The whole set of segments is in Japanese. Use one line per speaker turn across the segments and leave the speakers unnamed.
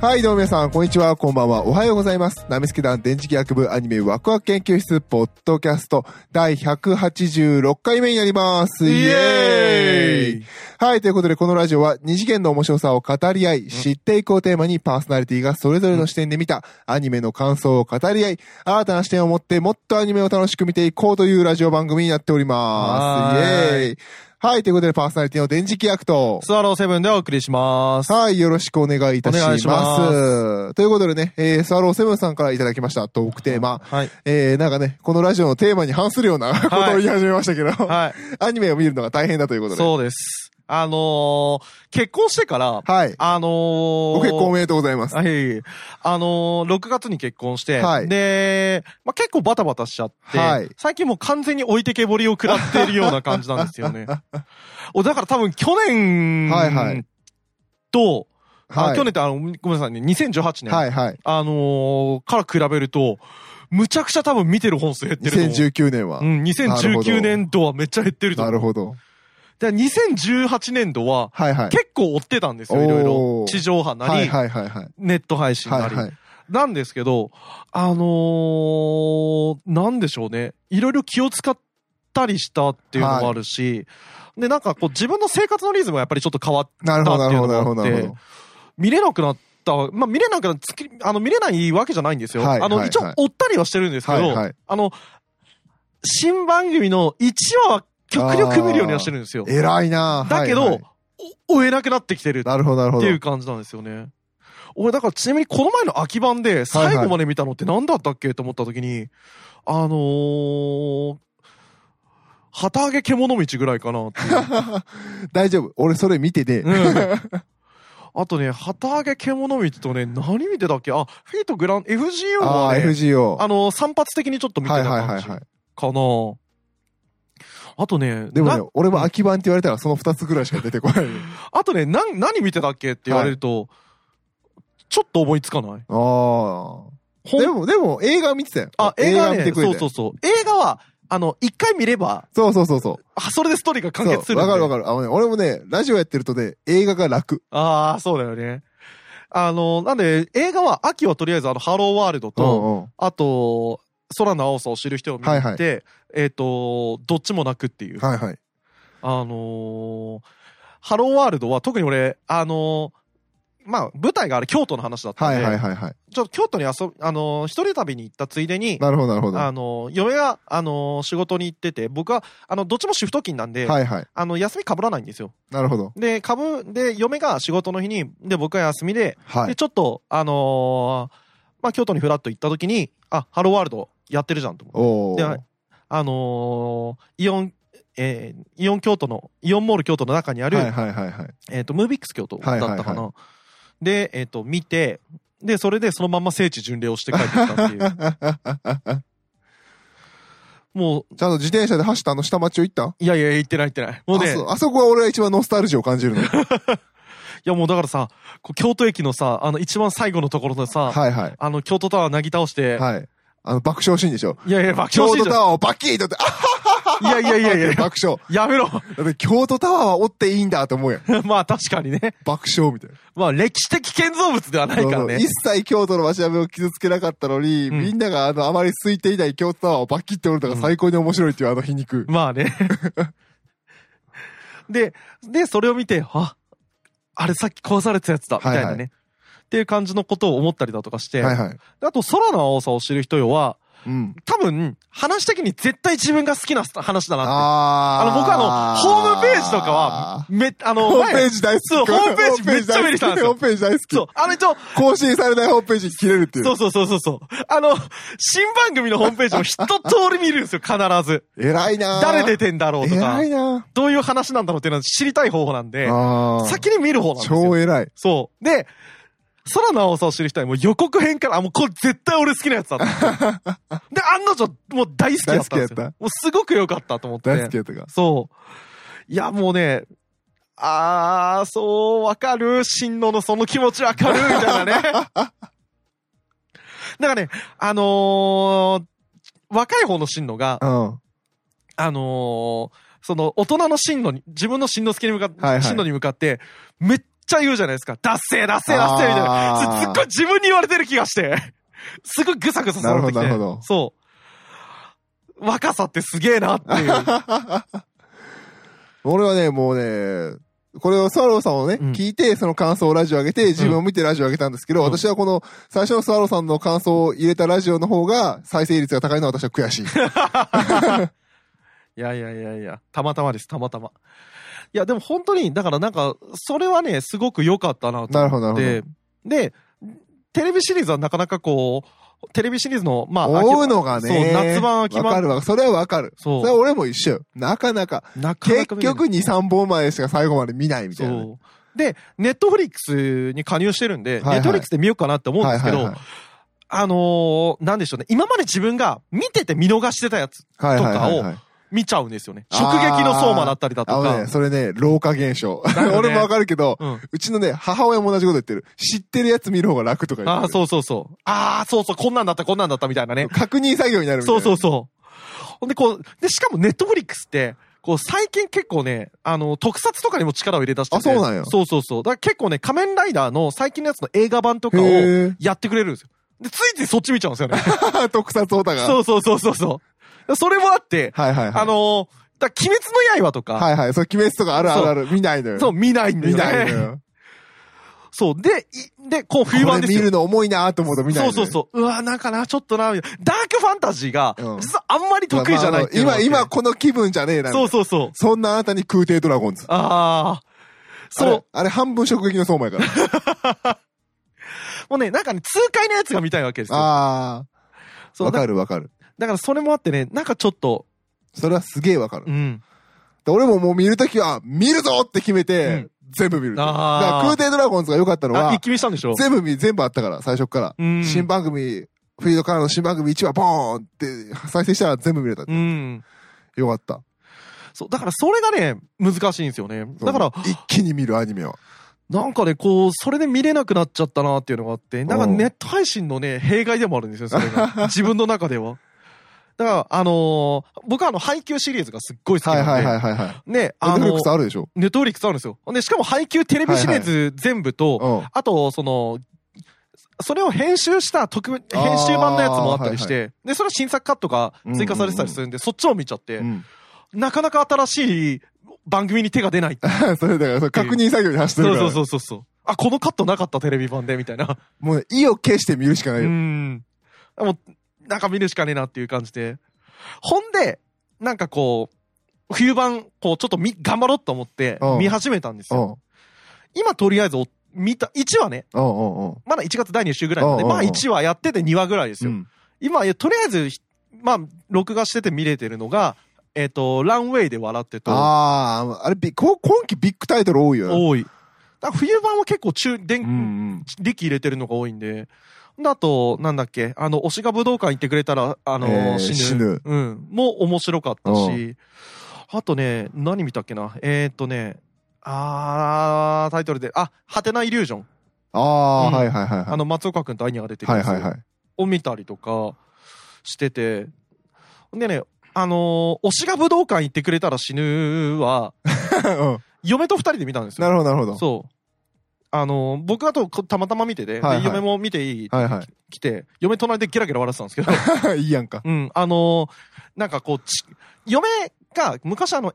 はい、どうも皆さん、こんにちは、こんばんは、おはようございます。ナミスケ団電磁気学部アニメワクワク研究室、ポッドキャスト、第186回目になります。イエーイはい、ということで、このラジオは、二次元の面白さを語り合い、知っていこうテーマにパーソナリティがそれぞれの視点で見たアニメの感想を語り合い、新たな視点を持って、もっとアニメを楽しく見ていこうというラジオ番組になっております。イ
はーい
エーイはい、ということで、パーソナリティの電磁気役と、
スワローセブンでお送りします。
はい、よろしくお願いいたし
お
ま
願い
す。
しま
ということでね、えー、スワローセブンさんからいただきました、トークテーマ。
はい。
えー、なんかね、このラジオのテーマに反するようなことを言い始めましたけど、
は
アニメを見るのが大変だというこ
い。
とで。
そうです。あのー、結婚してから、
はい。
あのー、
ご結婚おめでとうございます。
はいえいえ。あのー、6月に結婚して、
はい
で、まあ、結構バタバタしちゃって、
はい
最近もう完全に置いてけぼりを食らっているような感じなんですよね。 おだから多分去年と、
はいはい
あ
はい。
去年ってあの、ごめんなさいね、2018年、
はいはい。
あのー、から比べると、むちゃくちゃ多分見てる本数減ってると思う。
2019年は
う。ん、
なるほど
2019年度はめっちゃ減ってると
な
思
る
う。
ほど。
で、2018年度は、
はいはい。
結構追ってたんですよ、いろい
お
ろ
ー。
地上波な
は
り、
いはいはいはい。
ネット配信なり。
はいはい。
なんですけど、あのー、なんでしょうね。いろいろ気を使ったりしたっていうのもあるし、で、なんかこう自分の生活のリズムがやっぱりちょっと変わっ
なるほどなるほどなるほど
だ
な
っていうのもあって
るほど。
見れなくなった、まあ、見れなくなつき、あの、見れないわけじゃないんですよ。
はい
あの、
はい
一応
はい、
追ったりはしてるんですけど、
はいはい
あの、新番組の1話は極力見るようにはしてるんですよ。
偉いなぁ
だけど、
はいはい
お追えなくなってきてるっ
なるほどなるほ
て
ど
い。う感じなんですよね。俺、だからちなみにこの前の秋版で最後まで見たのって何だったっけと思った時に、あのー、旗揚げ獣道ぐらいかなっていう。
大丈夫。俺それ見てて。
うんあとね、旗揚げ獣道とね、何見てたっけあ、フィートグラン、FGO
あ
は、
ー
ね、
FGO。
あの、散発的にちょっと見て
は
た
いはい
感
はい
じ
は
か
い。
な。あとね、
でも
な
ね、俺も秋版って言われたらその二つぐらいしか出てこない。
あとね、なん何見てたっけって言われると、ちょっと思いつかない
ああ。
ほん
でも、でも映画見てたよ。
あ、映画
見
ね、
てく
そ
れ
う
て
そうそう。映画は、あの、一回見れば、
そうそうそうそう。
あそれでストーリーが完結するんで。
そうわかるわかる。あのね、俺もね、ラジオやってるとね、映画が楽。
ああ、そうだよね。あの、なんで、映画は、秋はとりあえず、あの、ハローワールド
う
と、
んうん。
あと、空の青さを知る人を見に行って、えっ、と、どっちも泣くっていう。
はいはい。
あのーハローワールドは特に俺、あのーまあ、舞台があれ京都の話だったん
は
で、
いはいはいはい。
ちょっと京都に遊び、あのー一人旅に行ったついでに、
なるほどなるほど。は
あのー嫁が、あのー仕事に行ってて、僕は、あの、どっちもシフト勤なんで、
いはい。
あの、休み被らないんですよ。
なるほど。
で、被、で、嫁が仕事の日に、で、僕は休みで、
は
で、
い。
ちょっと、あのーまあ、京都にフラッと行った時に、あ、ハローワールドやってるじゃんと思って。
おお。
であのーイオン、えーイオン京都の、イオンモール京都の中にある、
はいはいはい はい。
えっ、と、ムービックス京都だったかな。
はいはいは
で、えっ、と、見て、で、それでそのまんま聖地巡礼をして帰ってきたっ ていう。も
ちゃんと自転車で走ったあの下町を行った
う、いやいや、行ってない行ってない。もう
あ
ね、い
そあそこは俺が一番ノスタルジーを感じるの。は
やもうだからさ、こう京都駅のさ、あの、一番最後のところでさ、
いはい。
あの、京都タワーなぎ倒して、
はい。あの、爆笑シーンでしょ。
い、やいや、爆
京
笑し
都
いじ
タワーをバキーとって、あ
ゃん。いやいやい やいや、
爆笑。
やめろ。
だって京都タワーは折っていいんだって思うやん。
まあ確かにね。
爆笑みたいな。
まあ歴史的建造物ではないからね
一。切京都の街並みを傷つけなかったのに、
うん
みんながあの、あまり空いていない京都タワーをバキって折るのが最高に面白いっていうあの皮肉。
ま あね。で、で、それを見て、あ、あれさっき壊されたやつだ、みたいなね。
はいは
っていう感じのことを思ったりだとかして、
はいはい。
であと空の青さを知る人よは、
うん。
多分、話的に絶対自分が好きな話だなって。
あ
あの、僕あの、ホームページとかは、、め、あの、
ホームペー
前
ジ大好き。
そうホームページめっちゃ見てたんですよ
ホームページ大好き。
そう、あの一応、
更新されないホームページに切れるっていう。
そうそうそうそうそう。あの、新番組のホームページを一通り見るんですよ、必ず。
偉いなぁ
誰出てんだろうとか
偉、いな
どういう話なんだろうっていうのは知りたい方法なんで
ぁ、あー
先に見る方なんですよ
超。偉い。
そう。で、空の青さを知る人はもう予告編から、あ、もうこれ絶対俺好きなやつだ と思って。で、案の定、もう大好きだったんです
大好
よ。
きやっ
もうすごく良かったと思って。
大好きやったか。
そう。いや、もうね、あー、そう、わかる。新野のその気持ちわかる。み たいなね。だからね、あのー、若い方の新野が、
うん。
あのーその、大人の進路に、自分の進路助に向かって、
はいはい
進路に向かって、めっちゃ言うじゃないですか。ダッセー、ダッセー、ダッセーみたいな。
あー
すすっごい自分に言われてる気がして。 すごいぐさぐささってき
なるほ
て。
どなるほど
そう。若さってすげえなっていう。
俺はね、もうね、これをスワローさんをね、
うん
聞いて、その感想をラジオ上げて、自分を見てラジオ上げたんですけど、
うん
私はこの、最初のスワローさんの感想を入れたラジオの方が、再生率が高いのは私は悔 しい。
いやいやいやいや、たまたまです、たまたま。いや、でも本当に、だからなんか、それはね、すごく良かったなと
なるほど、な
思っ
る
て。で、テレビシリーズはなかなかこう、テレビシリーズの、まあ、
ほど。追うのが
秋
ね、
そう、夏版、秋
わかる
版。
わ。それはわかる。
そ
それは俺も一緒よ。なかなか。
う。なかな
結
か見れない
局2、3本前しか最後まで見ないみたいなね。
そう。で、ネットフリックスに加入してるんで、
はいはい
ネットフリックスで見ようかなって思うんですけど、
はいはい
あのーなんでしょうね、今まで自分が見てて見逃してたやつ、
はい。はいはいはい
とか
はい。
見ちゃうんですよね。
あー
直撃の相馬だったりだと
あの
か。
ね、それね、老化現象。
よね
俺もわかるけど、
うん。
うちのね、母親も同じこと言ってる。知ってるやつ見る方が楽とか言って
あ
る
あ、そうそうそう。ああ、そうそう、こんなんだった、こんなんだったみたいなね。
確認作業になるみたい
そう
な。
そううそう。ほんで、こう、で、しかもネットフリックスって、こう、最近結構ね、あの、特撮とかにも力を入れ出してて
あそうなんや
そうそうそう。だから結構ね、仮面ライダーの最近のやつの映画版とかを
へ
やってくれるんですよ。で、ついついそっち見ちゃうんですよね。
ー。特撮オタが。
そうそうそうそうそう。それもあって、
はいはいはい。
あのー、だから鬼滅の刃とか、
はいはい。そう、鬼滅とかあるあるある。見ないのよ。
そう、見ないんだ
見ない
よ
の
ね。
よ。
そう、で、いで、こう、冬版
こ
で
れ
す
見
よ
る。の重いなと思うと見ないのよ
そうそうそう。うわ、なんかな、ちょっとな、みたいなダークファンタジーが、
うん
実はあんまり得意じゃないっていうの
まああの
があって
今、今この気分じゃねえな。
そうそうそう。
そんなあなたに空挺ドラゴンズ。
ああ。そ
あ
う
れ。。あれ半分食撃の相馬やから。
もうね、なんかね、痛快なやつが見たいわけですよ。
ああ。
そう
わ
だ
かるわかる。
だからそれもあってね、なんかちょっと、
それはすげえわかる
う。ん。
で俺ももう見るときは、見るぞって決め
う
て
ん、
全部見る。だ
あー
から空挺ドラゴンズが良かったの
あ、
は
一、気見したんでしょ
全部見、全部あったから、最初っから。
うん。
新番組、フィールドからの新番組1話ボーンって再生したら全部見れた。
うん。
よかった。
そう、だからそれがね、難しいんですよね。だから、
一気に見るアニメは。
なんかね、こう、それで見れなくなっちゃったなっていうのがあって、なんか
うん
ネット配信のね、弊害でもあるんですよ、それが。 自分の中では。だから、あのー僕はあの、配給シリーズがすっごい好き
はい
な
はいはい
ん
はいはい。
で、ね、
ネッ
あ
トフ
の
リックスあるでしょ
ネットフリックスあるんですよ。で、しかも配給テレビシリーズ全部
う
と、
ん。
あと、その、それを編集した特別、
あー
編集版のやつもあったりして、で、それは新作カットが追加されてたりするんで、そっちを見ちゃって、なかなか新しい番組に手が出ないっていう。
うん。 それだから、それ確認作業に走って
そ
る
う
から。
そうそうそうそう。あ、このカットなかったテレビ版で、みたいな。
もうね、意を決して見るしかな
う
いよ。
ん。もう、なんか見るしかねえなっていう感じで。ほんで、なんかこう、冬版、こう、ちょっとみ、頑張ろうと思って
う、ん
見始めたんです
うん。
よ。今、とりあえずお、見た、1話ね、
うんうんうん。
まだ1月第2週ぐらいなんで、
うんうん
ま
うん
あ1話やってて2話ぐらいです
う
よ。
ん。
今、いやとりあえずひ、まあ、録画してて見れてるのが、えっ、と、ランウェイで笑ってと、
ああ、あれ、びこ今期ビッグタイトル多いよね。
多い。だから冬版は結構中、電、
うん
力入れてるのが多いんで。であと、なんだっけ、あの、推しが武道館行ってくれたら、あの、
えー
死ぬ。
死ぬ
うん。も面白かった
う
し。あとね、何見たっけな。えーっとね、あー、タイトルで、あ、ハテナイリュージョン。
ああ、
うん
はいはいはい
あ
は
の、松岡くんとアイニャが出て
い。
くる
は
ん
い
で
は
すよ
いはい。
を見たりとかしてて。でね、あのー推しが武道館行ってくれたら死ぬは、
うん
嫁と二人で見たんですよ。
なるほどなるほど。
そう。あのー僕だとこたまたま見てて、で
はいはい
嫁も見ていいって
はいは
来て、嫁隣でゲラゲラ笑ってたんです けど、
い。いいやんか。
うん、あのーなんかこう、ち嫁が昔あの、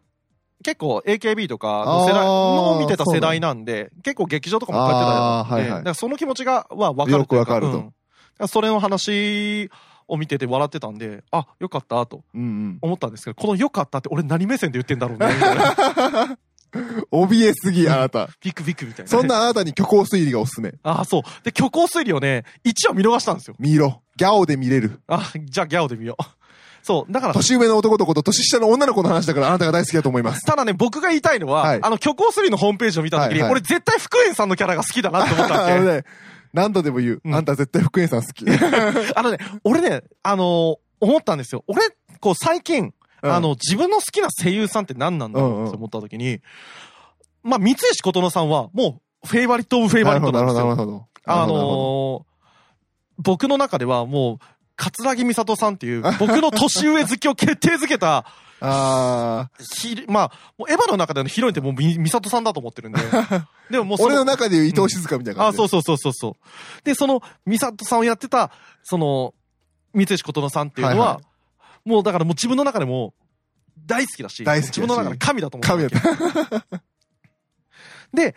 結構 AKB とかの世代
あー
のを見てた
そうな
世
んだ
代なんで、結構劇場とかも通ってた
あー
よ、
は
で
いはい
だからその気持ちがは分かるという
よくわかると
うんだらそれの話を見てて笑ってたんで、あ、よかったと
うんうん。
思ったんですけど、このよかったって俺何目線で言ってんだろうね、みたい な
怯えすぎ、あなた。
ビクビクみたいな。
そん。なあなたに虚構推理がおすすめ。
あー、そう。で、虚構推理をね、1話見逃したんですよ。
見ろ。ギャオで見れる。
あ、じゃあギャオで見よう。そう、だから、
年上の男の子と年下の女の子の話だからあなたが大好きだと思います。
ただね、僕が言いたいのは、
はい
あの、虚構スリーのホームページを見た時に、
はいはい
俺絶対福円さんのキャラが好きだなって思った
あ
わ
の
け。
ね、何度でも言う。
うん
あんた絶対福縁さん好き。
あのね、俺ね、あのー思ったんですよ。俺、こう最近、
うん
あの、自分の好きな声優さんって何なんだろうって思った時に、まあ、三石琴乃さんは、もう、フェイバリットオブフェイ
な
バ
るほ
リット
ど、
な
なんるほ
です
ど、なる。
よ
ほど。
あ
なるほど
のー僕の中ではもう、桂木美里さんっていう、僕の年上好きを決定づけた、
ああ、
ひまあ、もうエヴァの中でのヒロインってもうみ美里さんだと 思ってるんで。でももうそ
俺の中でいう伊藤静香みたいな感
あ、
じで。
そうそうそうそうそう。で、その、ミサトさんをやってた、その、三石琴乃さんっていうのは、
はいは
もうだからもう自分の中でも大好きだし、
大好きだし
自分の中で神だと思う
神
わ
だ
け。 で、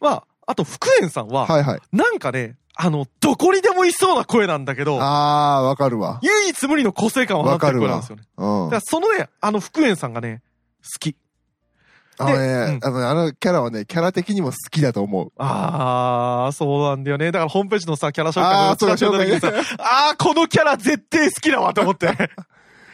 まあ、あと福円さんは、
はいはい。
なんかね、あの、どこにでもいそうな声なんだけど、
ああ、わかるわ。
唯一無二の個性感を放ってる声なんですよね。
うん
だか。らそのね、あの福円さんがね、好き。
あの
う
ね
ん、
あのね、あのキャラはね、キャラ的にも好きだと思う。
あー、そうなんだよね。だからホームページのさ、キャラ紹
あー
介とか使ってた時にさ、あー、このキャラ絶対好きだわと思って。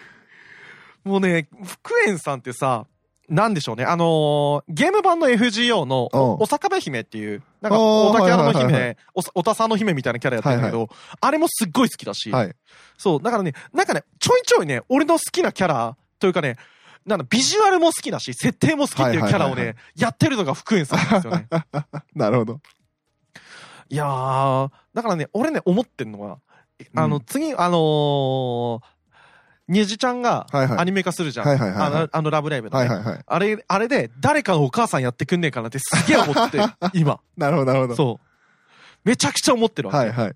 もうね、福円さんってさ、なんでしょうね。あのーゲーム版の FGO の
うん
お、お坂部姫っていう、なんか、
お
お
ー
たキャラの姫、
はいはいは
おさおたさの姫みたいなキャラやってるんだけど、あれもすっごい好きだし、
はい。
そう、だからね、なんかね、ちょいちょいね、俺の好きなキャラというかね、なんだ、ビジュアルも好きだし、設定も好きっていうキャラ
はい
をね、
はいはいは
やってるのが福円さんなんですよね。
なるほど。
いやー、だからね、俺ね、思ってんのは、えあの、
うん
次、あのー、にじちゃんが
はいはい
アニメ化するじゃん。
はいはいはいはい
あの、あのラブライブの、ね
はいはいはい。
あれ、あれで、誰かのお母さんやってくんねえかなってすげえ思 って、今。
なるほど、なるほど。
そう。めちゃくちゃ思ってるわけ。
はいはい。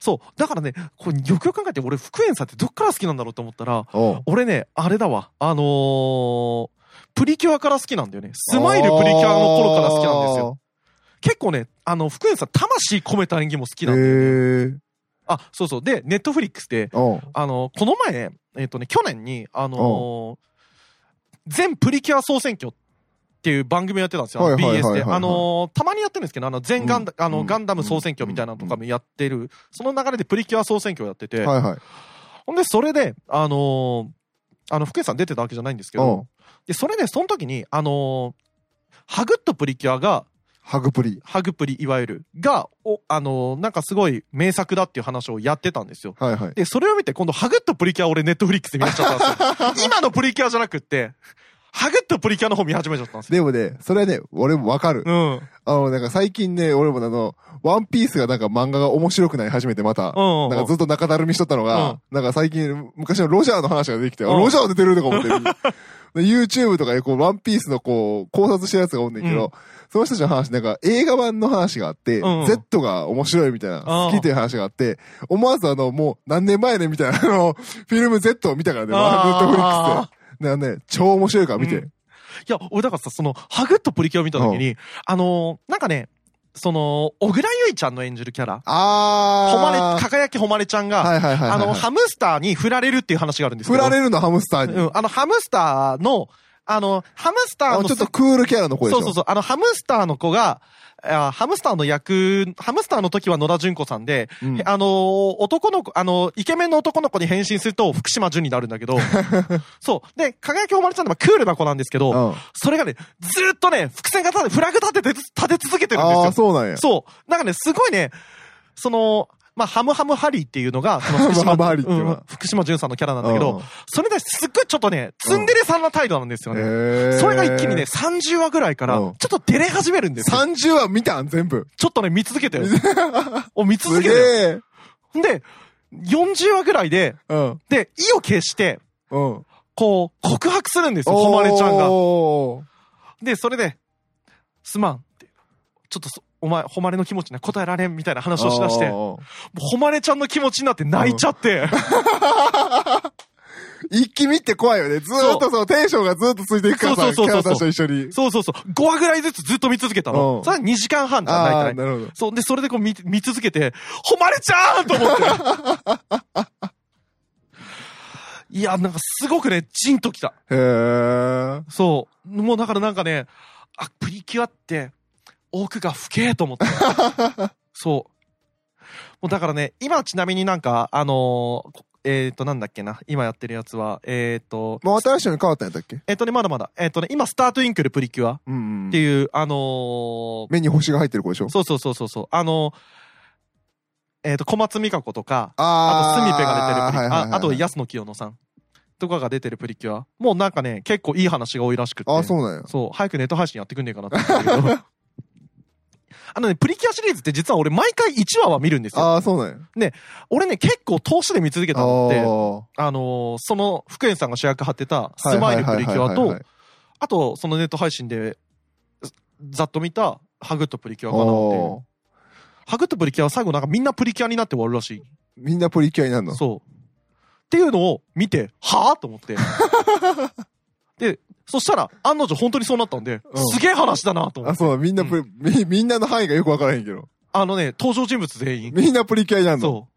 そう。だからね、こうよくよく考えて、俺、福円さんってどっから好きなんだろうと思ったら、
おう
俺ね、あれだわ。あのー、プリキュアから好きなんだよね。スマイルプリキュアの頃から好きなんですよ。結構ね、あの、福円さん、魂込めた演技も好き
あ
な
ー
んだよ
へえ。
あ、そうそう。で、ネットフリックスで、
おう
あの、この前、えっ、とね、去年に、あのー全プリキュア総選挙っていう番組をやってたんですよ。あの
はいはいはい
BS
はい
で。
はい
あのーたまにやってるんですけど、あの、全ガンダ、
うん
あの、
うん
ガンダム総選挙みたいなのとかもやってる。その流れでプリキュア総選挙をやってて。
はいはい。
ほんで、それで、あのーあの、福井さん出てたわけじゃないんですけ
お
ど、
う
で、それで、その時に、あのーハグッとプリキュアが、
ハグプリ。
ハグプリいわゆる、が、お、あのーなんかすごい名作だっていう話をやってたんですよ。
はいはい。
で、それを見て、今度、ハグッとプリキュアを俺、ネットフリックスで見出しちゃったん ですよ。今のプリキュアじゃなくって、ハグッとプリキュアの方見始めちゃったんですよ。
でもね、それはね、俺もわかる。
うん。うん
あの、なんか最近ね、俺もあの、ワンピースがなんか漫画が面白くなり始めてまた、
うんうん。
なんかずっと中だるみしとったのが、なんか最近、昔のロジャーの話ができて、あ
うん
ロジャー出てるとか思って る。で YouTube とかでこう、ワンピースのこう、考察してるやつがおんねんけど、
うん
その人たちの話、なんか映画版の話があって、
うんうん
Z が面白いみたいな、好きっていう話があって、思わずあの、もう何年前ねみたいな、あの、 フィルム Z を見たからね、ワンネットフリックス
あ
で。だからね、超面白いから見て。
うんーいや、俺、だからさ、その、ハグッとプリキュアを見た時に、あのーなんかね、その、小倉優衣ちゃんの演じるキャラ、
あー。
誉れ、輝き誉れちゃんが、
はいはいはいはい、
あの、ハムスターに振られるっていう話があるんですけ
振
ど。
られるの、ハムスターに。
うん、あの、ハムスターの、あの、ハムスタ
あ
ー
の
の、
ちょっとクールキャラの子でし
そ
ょ。
うそうそう。あの、ハムスターの子が、あハムスターの役、ハムスターの時は野田純子さんで、
うん
へあのー男の子、あのーイケメンの男の子に変身すると福島純になるんだけど、 そう。で、輝き誉れちゃんのはクールな子なんですけど、
うん。
それがね、ずーっとね、伏線型でフラグ立てて、立て続けてるんです
あ
よ
あ、。そうなんや。
そう。なんかね、すごいね、その、まあ、ハムハムハリーっていうのが、その福
ハ
島、
ムハムハリーっていうのは
うん福島純さんのキャラなんだけ
う
ど
ん、
それに対してすっごいちょっとね、ツンデレさんな態度なんですよね。それが一気にね、
へー。
30話ぐらいから、ち
う
ょ
ん
っと照れ始めるんですよ。
30話見たん全部。
ちょっとね、見続 けてる。お、見続
す
け
げ
てる。
え。
んで、40話ぐらいで、
うん。
で、意を決して、
うん。
こう、告白するんですよ、誉れちゃんが。
おー
で、それで、すまんって。ちょっとそ、お前、誉れの気持ちには答えられんみたいな話をしだして、も
おー
う誉れちゃんの気持ちになって泣いちゃって、
一気見って怖いよね。ずーっとそのテンションがずーっとついていくから
そう
さ、キ
そう
ャ
そう
ラ
そう
たちと一緒に。
そうそうそう、5話ぐらいずつずっと見続けた
う
の。
ん
それは2時間半じゃん、大
ああ、
体。
なるほど。
そう、で、それでこう見、見続けて、誉れちゃーんと思って。 いや、なんかすごくね、ジンときた。
へー。
そう。もうだからなんかね、あ、プリキュアって、奥が深えと思って。そう。もうだからね、今ちなみになんか、あのーこえっ、と、なんだっけな、今やってるやつは、えっ、と、
もう新しいのに変わったんやったっけ
えっ、とね、まだまだ、えっ、とね、今、スタートインクルプリキュアっ
うんうん
て。いう、あのー
目に星が入ってる子でしょ
そうそうそうそうそう。あの、えっ、と、小松美香子とか、
あ
あと、
ー
スミペが出てるプリキュア、
はいはいはい
ああと、安野清乃さんとかが出てるプリキュア。もうなんかね、結構いい話が多いらしくて。。
ああ、そううなんや。
そう、早くネット配信やってくんねえかなって思ったけど。 あのね、プリキュアシリーズって実は俺毎回1話は見るんですよ。
ああ、そうなんや。
俺ね、結構通しで見続けた
あ
のって、
ー
あのーその福円さんが主役張ってたスマイルプリキュア
はいはいはいはい
と
はい、
あとそのネット配信でざっと見たハグとプリキュアかなって
お
いう。ハグとプリキュアは最後なんかみんなプリキュアになって終わるらしい。
ーみんなプリキュアになるの
そう。っていうのを見て、はぁと 思って。で、そしたら案の定本当にそうなったんで、
うん
すげえ話だなと思
あ、
って。
そう、みんなプリ、み、みんなの範囲がよくわからへんけど。
あのね、登場人物全員。
みんなプリキュアになるの
そ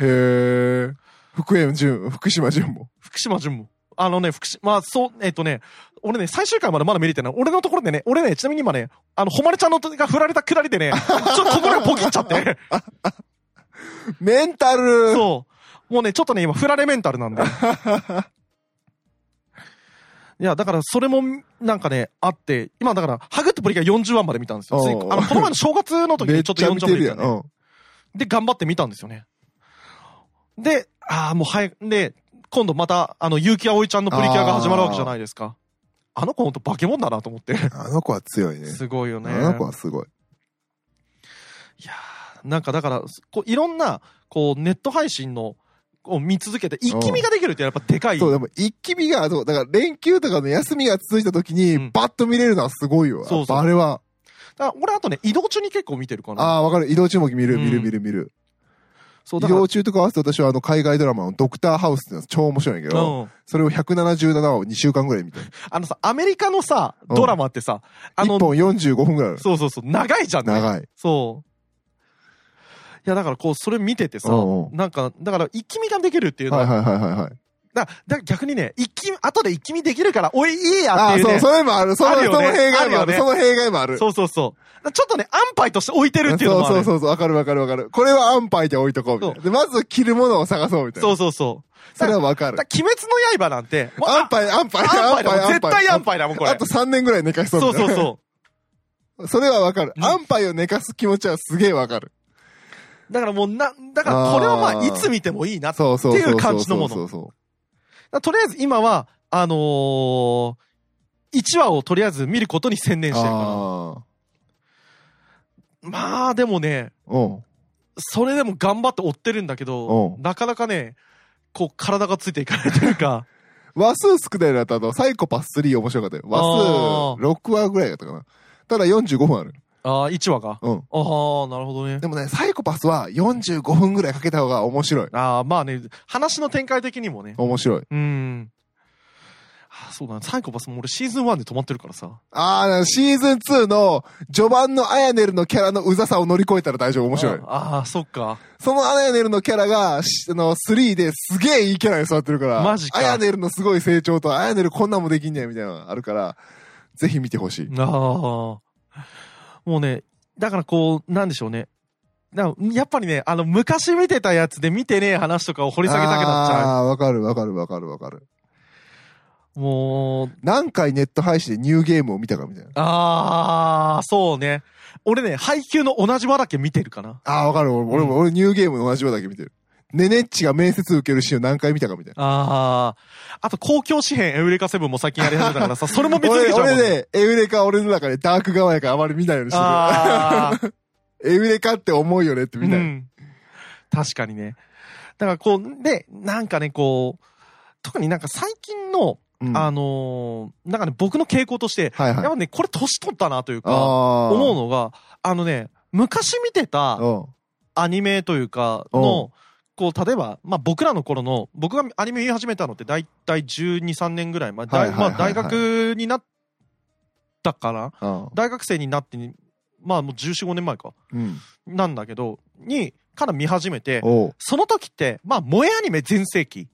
う。
へー。福山潤、福島潤も。
福島純も。あのね、福島、まあ、そう、えっ、とね、俺ね、最終回までまだ見れてない。俺のところでね、俺ね、ちなみに今ね、あの、ほまれちゃんのが振られたくだりでね、 ちょっと心がポキっちゃって。
メンタ ル
そう。もうね、ちょっとね、今、振られメンタルな んで。いや、だから、それも、なんかね、あって、今、だから、ハグってプリキュア40話まで見たんですよ。つい
おう
あの、この前の正月の時
めっ
にちょっ
ち
と
ゃ
40
見
話
て
見
る
て
や
た
ん。
ねで、頑張って見たんですよね。で、ああ、もう早く、で、今度また、あの、結城葵ちゃんのプリキュアが始まるわけじゃないですか。あの子ほんと化け物だなと思って。
うんあの子は強いね。
すごいよね。
あの子はすごい。
いやーなんかだから、こう、いろんな、こう、ネット配信の、を見続けて、一気見ができるってやっぱでかい。
そう、
そう
でも一気見が、そう、だから連休とかの休みが続いた時
う
に
ん、
バッと見れるのはすごいよ。
そうそう
やっぱあれは。
だから俺あとね、移動中に結構見てるかな。
ああー、わかる。移動中も見る、見
う
る、
ん
見る、見る。
そう、
移
だから、
動中とか合わせて私はあの、海外ドラマのドクターハウスってのは超面白いんやけど、
うん。
それを177話を2週間ぐらい見て。
あのさ、アメリカのさ、
うん
ドラマってさ、あ
1
の、
本45分ぐらいある。
そうそうそう、長いじゃんね。
長い。
そう。いや、だからこう、それ見ててさ、
うんうん
なんか、だから、一気見ができるっていうの
はい
は、
はいはいはいはい。
だだ逆にね、一気見、後で一気見できるから、おい、いいやっ
あ
て
あ、
いう
そう、
ね。
それもある。その、
ある
そ
よ
の
ね
弊害もあ
ある
る。
よね
その弊害もある。
そうそうそう。ちょっとね、安牌として置いてるっていうの
そう
もある。
そうそうそう、わかるわかるわかる。これは安牌で置いとこうみたいな。で、まず着るものを探そうみたいな。
そうそうそう。
それはわかる
だ。鬼滅の刃なんて、もう
安牌、安牌、
あ
安
安牌だもん
牌、安
絶対安牌だもん、これ。
あと3年ぐらい寝かしそう
そ
み
う
たい
そ
な。。
うそう
それはわかる。
うん
安牌を寝かす気持ちはすげえわかる。
う。だからもうな、だからこれはまあ、いつ見てもいいな。だか
そうそうそう。
っていう感じのもの
そうそう
らとりあえず今は、あのー、1話をとりあえず見ることに専念
そう。
してるか
ああ。
ら。まあ、でもね、
うん。
それでも頑張って追ってるんだけど
う、ん
なかなかね、こう体がついていかないという か、
話数少ないのだったと、サイコパス3面白かったよ。話数6話ぐらいだったかな。ただ45分ある。
ああ、1話が。
うん。
ああ、なるほどね
で。もね、サイコパスは45分ぐらいかけた方が面白い。
ああ、まあね、話の展開的にもね。
面白い。
うん。ああそうだな、サイコパスも俺シーズン1で止まってるからさ。
ああ、シーズン2の序盤のアヤネルのキャラのうざさを乗り越えたら大丈夫、面白い
あ。あああ、そっか。
そのアヤネルのキャラが、しあの、3ですげえいいキャラに座ってるから、
マジか
アヤネルのすごい成長と、アヤネルこんなんもできんねんみたいなのがあるから、ぜひ見てほしい。
ああ。もうね、だからこう、なんでしょうね。だからやっぱりね、あの、昔見てたやつで見てねえ話とかを掘り下げたくなっちゃ
ああー、わかるわかるわかるわかる。
う。もう、
何回ネット配信でニューゲームを見たかみたいな。
あー、そうね。俺ね、配給の同じ場だけ見てるかな。
ああ、わかる。俺も、俺も、俺ニューゲームの同じようだけ見てる。ネネッチが面接受けるシーンを何回見たかみたいな。
あー。あと、公共紙幣エウレカセブンも最近やり始めたからさ、それも見つけ
俺、
ちゃうもん
俺。ね、エウレカは俺の中でダーク側やからあまり見ないようにしてる。
あー。
エウレカって思うよねってみんな。
うん確かにね。だからこう、で、なんかね、こう、特になんか最近の、
うん
あのーなんかね、僕の傾向として、
はいはい。
やっぱね、これ年取ったなというか、
あー
思うのが、あのね、昔見てた、
うん
アニメというか
う
の、こう、例えば、まあ僕らの頃の、僕がアニメ見始めたのって大体12、3年ぐらい前、だ
は
い
いはいは
ま
い
あ大学になったから、
うん。
大学生になってに、まあもう14、5年前か、
うん。
なんだけど、に、から見始めて、
おう
その時って、まあ萌えアニメ全盛期、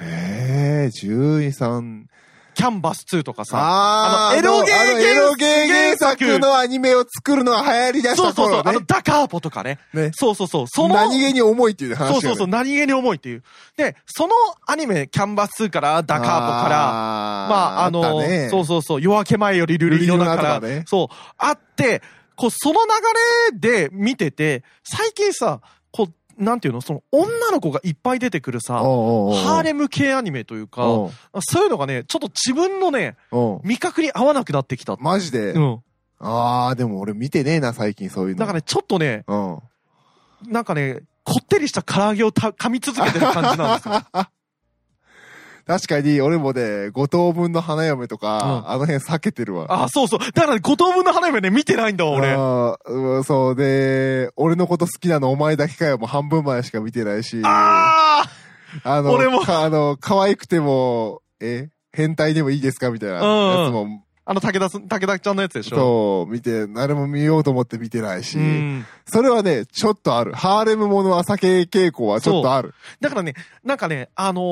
へえ、獣医さん。
キャンバス2とかさ、
あ
あのエロゲー
あの
原
エロゲー原
原
作
作
のアニメを作るのは流行りだし
そう
た
そうそう、
頃
あ
ね
の。ダカーポとかね、
ね
そうそうそう、その、
何気に重いっていう話
そうそうそう、何気に重いっていう。で、そのアニメ、キャンバス2からダカーポから、まあ、あの、そうそうそう、夜明け前よりルリーの中から、
瑠璃の中からね
そう、あって、こう、その流れで見てて、最近さ、こう、なんていうの、その女の子がいっぱい出てくるさ、ハーレム系アニメというか、そういうのがね、ちょっと自分のね、
ム。
味覚に合わなくなってきた。
マジで
う。ん。
あー、でも俺見てねえな、最近そういうの。
なんかね、ちょっとね、
うん。
なんかね、こってりした唐揚げをた噛み続けてる感じなんですよ。
確かに、俺もね、五等分の花嫁とか、
う
あの辺避けてるわ。
あ、そうそう。だからね、五等分の花嫁ね、見てないんだわ、俺。
あーうんそうで、俺のこと好きなのお前だけかよ、もう半分前しか見てないし。
あ
あの、
俺も
かあの、可愛くても、え変態でもいいですかみたいな
うん
やつも、
ああの、武田す、武田ちゃんのやつでしょ。
そう、見て、誰も見ようと思って見てないし、
うん。
それはね、ちょっとある。ハーレムもの朝系傾向はちょっとある。
だからね、なんかね、あの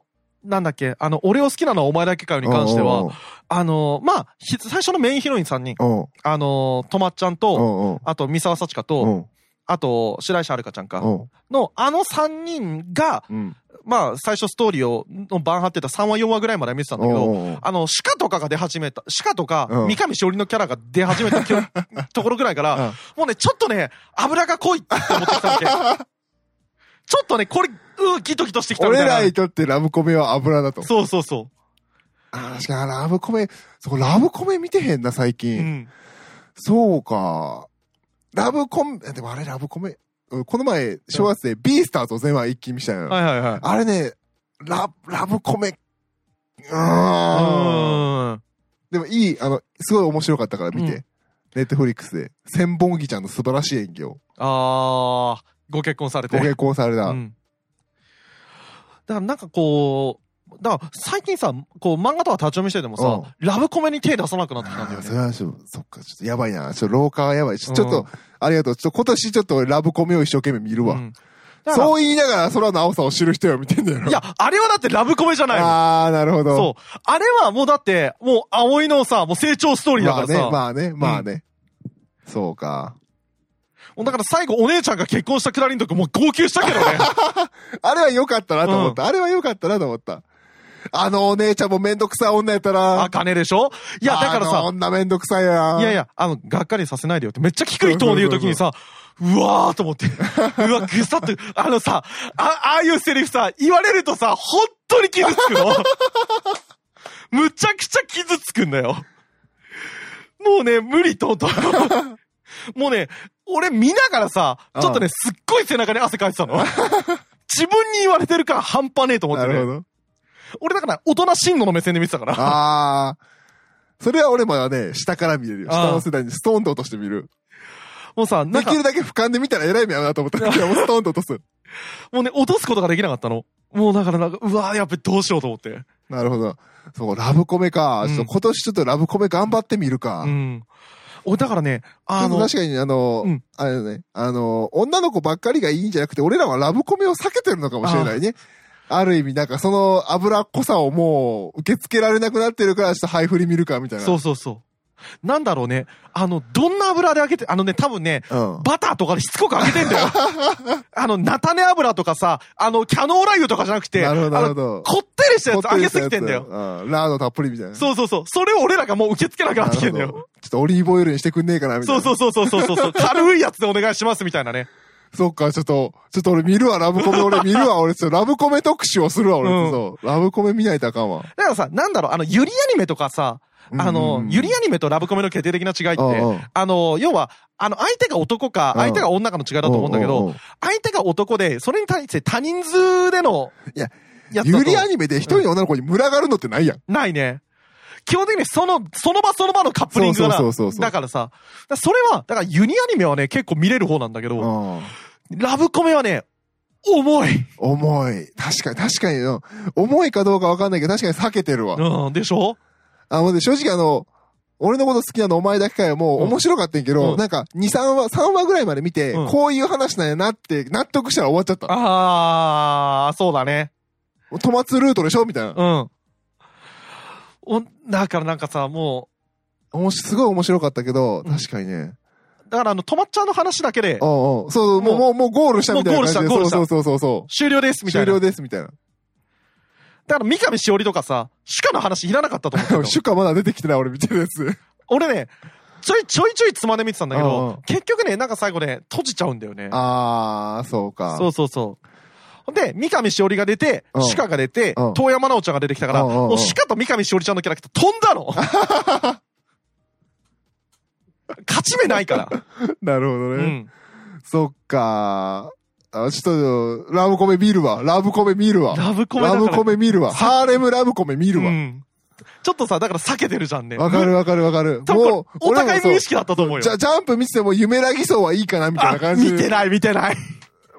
ーなんだっけ、あの、俺を好きなのはお前だけかよに関して
うん
は、あのーまあ、ひ最初のメインヒロインさんに、
うんうん、
あのーとまっちゃん
う
と、
んうん
あと、三沢幸香
うん、う
と、
ん
あと、白石遥香ちゃん
う
か、
ん
の、あの三人が、
うん
まあ、最初ストーリーを、の番張ってた3話4話ぐらいまで見てたんだけど、
うん
あの、鹿とかが出始めた、鹿とか
う、ん
三上しおりのキャラが出始めたき ょところぐらいから、
うん
もうね、ちょっとね、油が濃いって思ってきた わけ。ちょっとね、これ、うー、ギトギトしてきたみた
俺
いな。
らにとってラブコメは油だと。
そうそうそ
あ確かにラブコメ、そこラブコメ見てへんな、最
う。う
近。
ん。
そうか。ラブコメ、でもあれラブコメ、うんこの前、正月でビースターと全話一気に見したのよ。
はいはいはい。
あれね、ラ、ラブコメ、う
う
ーん。
ーん。
でもいい、あの、すごい面白かったから見
う
て。ネットフリックスで、千本木ちゃんの素晴らしい演技を、
あー、ご結婚されて。
ご結婚された。
うん。だからなんかこう、だから最近さ、こう漫画とか立ち読みしててもさ、ラブコメに手出さなくなってきたんだ
あ
よ
あ
ね
そ。れはちょっと、そっか、ちょっとやばいな。ちょっと廊下はやばい。ちょ
うん
ちょっと、ありがとう。ちょっと今年ちょっと俺ラブコメを一生懸命見るわ。
うんだから
そう言いながら空の青さを知る人よ、見てんだよ。
いや、あれはだってラブコメじゃないもん。
ああ、なるほど。
そう。あれはもうだって、もう葵のさ、もう成長ストーリーだ
ま
か
あ
らさ。
ね、まあね、まあね。そうか。
もうだから最後お姉ちゃんが結婚したくだりのとこもう号泣したけど ね。
あれは良かったなと思った。あれは良かったなと思った。あのお姉ちゃんもめんどくさい女やったな。
あかねでしょいや、だから
あの
さ、
女めんどくさいや。
いやい。や、あの、がっかりさせないでよってめっちゃ低いトーンで言うときにさ、うわーと思って、うわ、ぐさっと、あのさ、あ、ああいうセリフさ、言われるとさ、本当に傷つく の。むちゃくちゃ傷つくんだよ。もうね、無理と、と。もうね、俺見ながらさ、ちょっと
う
ね、すっごい背中に汗かいてたの。自分に言われてるから半端ねえと思っ
な
て
る
ね
ほ。ど。
俺だから、大人進路の目線で見てたから。
ああ。それは俺まだね、下から見れるよ。
ああ
下の世代にストーンと落として見る。
もうさ、
で
なんか
き、るだけ俯瞰で見たら偉い目やなと 思ったら、いやもうストーンと落とす。
もうね、落とすことができなかったの。もうだからなんか、うわーやっべ、どうしようと思って。
なるほど。そう、ラブコメか。
うん
ちょっと今年ちょっとラブコメ頑張ってみるか。
うん。俺、だからね、あ
あの
の、
確かに、あの、
うん
あれだね、あの、女の子ばっかりがいいんじゃなくて、俺らはラブコメを避けてるのかもしれないね。ある意味、なんかその脂っこさをもう受け付けられなくなってるから、ちょっとハイフリ見るか、みたいな。
そうそうそう。なんだろうね、あの、どんな油で揚げて、あのね、多分ね、
うん。
バターとかでしつこく揚げてん だよ。あの、菜種油とかさ、あの、キャノーラ油とかじゃなくて、
なるほど、なるほ
あの
ど。
こってりしたやつ
こ
揚
っ
げ
した
す
や
ぎ
つ
てんだよ。
うん。ラードたっぷりみたいな。
そうそうそう。それを俺らがもう受け付けなくなってきてんだ
なるほ
よ。
どちょっとオリーブオイルにしてくんねえかな、みたい
そう
な。
そうそうそうそ うそう。軽いやつでお願いしますみたいなね。
そっか、ちょっと、ちょっと俺見るわ、ラブ コメ、俺見るわ、俺、ちょっとラブコメ特集をするわ、俺、
うん
そう。ラブコメ見ないとあかんわ。
だからさ、なんだろう、あの、ゆりアニメとかさ、あ
う
の
ん、
ゆりアニメとラブコメの決定的な違いって、
うんうん
あの、要は、あの、相手が男か、
うん
相手が女かの違いだと思うんだけ
うう
ど、
う
相手が男で、それに対して他人数での、
いや、
やつだと
ゆりアニメで一人の女の子に群がるのってないやん。
ないね。基本的にその、その場その場のカップリングだな
そうそうそうそう
だからさ、だからそれは、だからユニアニメはね、結構見れる方なんだけど、
うん
ラブコメはね、重い。
重い。確かに、確かに、うん重いかどうかわかんないけど、確かに避けてるわ。
うん、でしょ
あ、もうね正直あの、俺のこと好きなのお前だけかよ、もう
うん
面白かったんやけど、
うん
なんか、2、3話、3話ぐらいまで見て、
うん
こういう話なんやなって、納得したら終わっちゃった。
あー、そうだね。
トマツルートでしょみたいな。
うん。おだからなんかさ、も
おもしすごい面白かったけど、
うん
確かにね。
う、だからあの、止まっちゃうの話だけで
う、んうん。そうそう、もう、も
も
う、もうゴールしたみたいな感じで。
もうゴールした
そ
ゴ
うそうそうそう。
終了です、みた
終
いな。
了です、みたいな。
だから三上しおりとかさ、主家の話いらなかったと 思ったの
主家まだ出てきてない、俺見てるやつ。
俺ね、ちょいちょいちょいつまんで見てたんだけ
うんうん
ど、結局ね、なんか最後ね、閉じちゃうんだよね。
あー、そうか。
そうそうそう。ほんで、三上しおりが出て
うん、
主家が出て
うん、
遠山奈緒ちゃんが出てきたから、
うんうんうん
もう主家と三上しおりちゃんのキャラクター飛んだのち目ないから。
なるほど
う
ね。
ん。
そっか。あ、ちょっと、ラブコメ見るわ。ラブコメ見るわ。
ラブコメだ
ラ
から。
ブコメ見るわ。ハーレムラブコメ見る
う
わ。
ん。ちょっとさ、だから避けてるじゃんね。
わかるわかるわかる。
多分
もう
こ、れお互
俺も
い
そう
無意識だったと思うよ。
じゃ、ジャンプ見てても、夢らぎ層はいいかなみたいな
あ
感じで。
見てない見てない。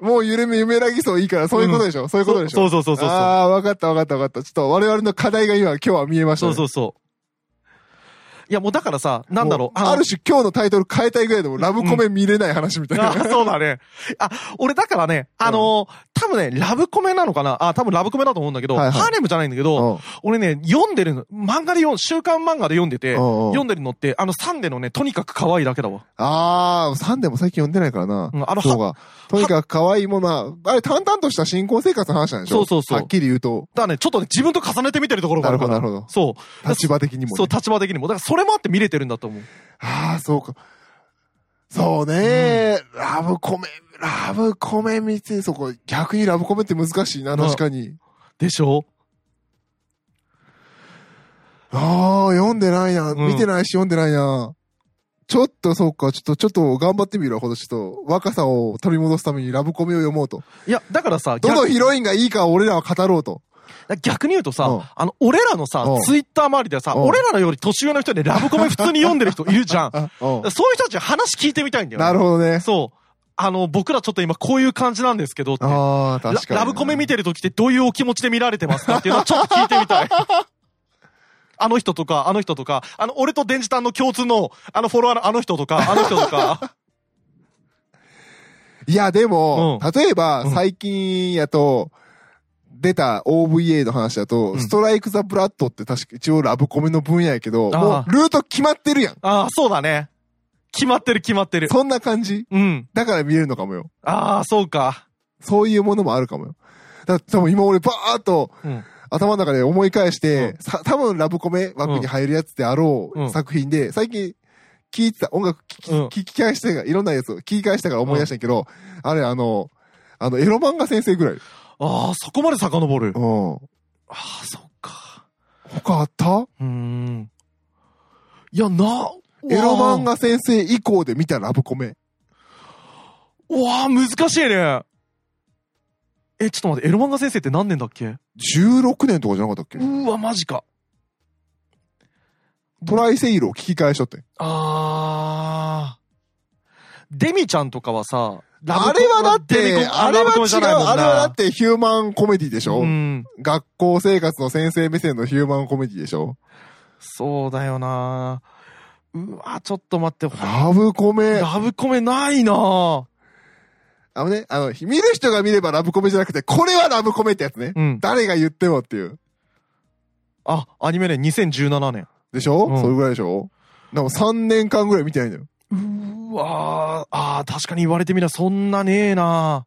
もうゆるめ夢らぎそういいから、そういうことでしょ、そういうことでしょ
そうそうそうそうそう。
ああ、わかったわかったわかった。ちょっと我々の課題が今、今日は見えました、
そ
ね。
うそううそう。いや、もうだからさ、なんだろう。
あ
の
る種今日のタイトル変えたいぐらいでもラブコメ見れない話みたいな。
あそうだね。あ、俺だからね、あのー多分ね、ラブコメなのかなあ、多分ラブコメだと思うんだけど、
はいはい
ハーレムじゃないんだけど、
うん
俺ね、読んでるの、漫画で読ん、週刊漫画で読んでて、
うんうん
読んでるのって、あの、サンデーのね、とにかく可愛いだけだわ。
ああ、サンデーも最近読んでないからな。
うんあの
そうか。とにかく可愛いものは、あれ淡々とした新婚生活の話なんでしょ
そうそうそう
はっきり言うと、
だからね、ちょっとね、自分と重ねて見てるところがあるから。
なるほどなるほ
そう。
立場的にも、ね。
そう、立場的にも。だから、それもあって見れてるんだと思う。
ああ、そうか。そうね、ラブコメ、ラブコメ見て、そこ、逆にラブコメって難しいな、
な
確かに。
でしょ
ああ、読んでないな。
うん
見てないし、読んでないな。ちょっと、そうか、ちょっと、ちょっと、頑張ってみるわ、今年ちょっと、若さを取り戻すためにラブコメを読もうと。
いや、だからさ、
どの
逆
ヒロインがいいかを俺らは語ろうと。
逆に言うとさ、
うん
あの、俺らのさ
うん、
ツイッター周りでさ、
うん
俺らのより年上の人でラブコメ普通に読んでる人いるじゃん。だか
あ、うん
らそういう人たちに話聞いてみたいんだよ、ね。
なるほどね。
そう。あの、僕らちょっと今こういう感じなんですけどって。
ああ、
ラ
確かに。
ラブコメ見てる時ってどういうお気持ちで見られてますかっていうのをちょっと聞いてみたい。あの人とか、あの人とか、あの、俺とデンジタンの共通の、あのフォロワーのあの人とか、あの人と か。
いや、でも、
う
例えば、
うん
最近やと、出た OVA の話だと、
うん
ストライク・ザ・ブラッドって確か一応ラブコメの分野やけど、も
あ
うルート決まってるやん。
ああ、そうだね。決まってる決まってる。
そんな感じ
うん。
だから見れるのかもよ。
ああ、そうか。
そういうものもあるかもよ。だ多分今俺バーっと
うん。
頭の中で思い返して、
うん
さ多分ラブコメ枠に入るやつであろ
う
うん作品で、最近聞いてた、音楽聞き,、
うん
聞き返してから、いろんなやつを聞き返したから思い出したんやけど、あれあの、あの、エロ漫画先生ぐらい。うん。
ああ、そこまで遡る。
他
ああ、そっか。
あった
うーん。いや、な、
エロ漫画先生以降で見たラブコメ。
うわあ、難しいね。え、ちょっと待って、エロ漫画先生って何年だっけ
16年とかじゃなかったっけ、
うわ、マジか。
トライセイルを聞き返しとって。
あー。デミちゃんとかはさ、ラブコ
あれはだっ
デミ
て、
コ
あれ
ラ
は
ブ
違
コ
う、
メじゃないもんな
あれはだってヒューマンコメディでしょ、
うん。
学校生活の先生目線のヒューマンコメディでしょ
そうだよなうわ、ちょっと待って、ほ
ラブコメ。
ラブコメないな
あのね、あの、見る人が見ればラブコメじゃなくて、これはラブコメってやつね。
うん。
誰が言ってもっていう。
あ、アニメね、2017年。
でしょ、
うん
それぐらいでしょでも3年間ぐらい見てないんだよ。
うわー、あー、確かに言われてみればそんなねえな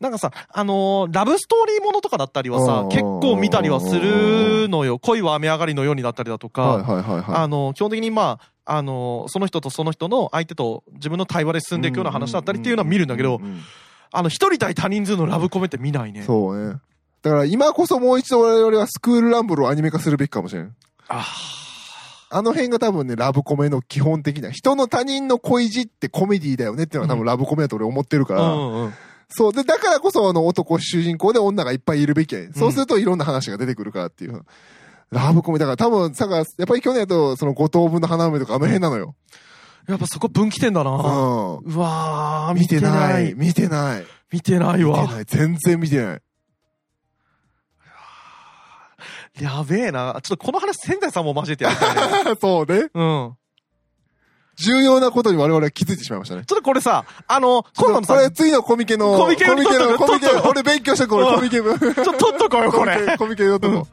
なんかさ、あのーラブストーリーものとかだったりは
う
さ
ん、
結構見たりはするのよ。恋は雨上がりのようにだったりだとか、
はいはいはいはい。
あの、基本的にまあ、あの、その人とその人の相手と自分の対話で進んでいくような話だったりっていうのは見るんだけ
う
ど
う、うん
あの、一人対他人数のラブコメって見ないね。
そうね。だから今こそもう一度我々はスクールランブルをアニメ化するべきかもしれん。
あ
あの辺が多分ね、ラブコメの基本的な、人の他人の恋路ってコメディだよねっていうのは多分ラブコメだと俺思ってるか
ー
ら、
うんうん。
そう。で、だからこそ、あの、男主人公で女がいっぱいいるべきやねんそうするといろんな話が出てくるからっていう。ラブコメ、だから多分、さが、やっぱり去年だと、その五等分の花嫁とかあの辺なのよ。
やっぱそこ分岐点だな。
う
うわー、
ん。
見てない。
見てない。
見てない
見て
わ。
ない。全然見てない。
やべえな。ちょっとこの話、仙台さんも交えてやりたいね。
そうね。
うん。
重要なことに我々は気づいてしまいましたね。
ちょっとこれさ、あの、今度の
こ
さ、
れ次のコミケの、
コミケ
コ
の
ミケの、
撮
コ
っと
ミ
く
ケ
撮っとく
の、俺勉強しとこう、
うん
コミケの。
ちょっと取っと こうよ、こ
コミケ
れ。
コミケのとこ。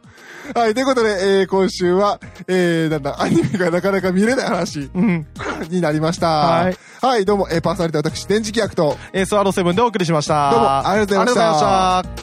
はい、ということで、えー、今週は、えー、なんだ、アニメがなかなか見れない話。
うん。
になりました。は
はいい。
どうも、えーパーソナリティ私、電磁気役と、
えースワローセブンでお送りしました。
どうもありがとうございました
ありがとうございました。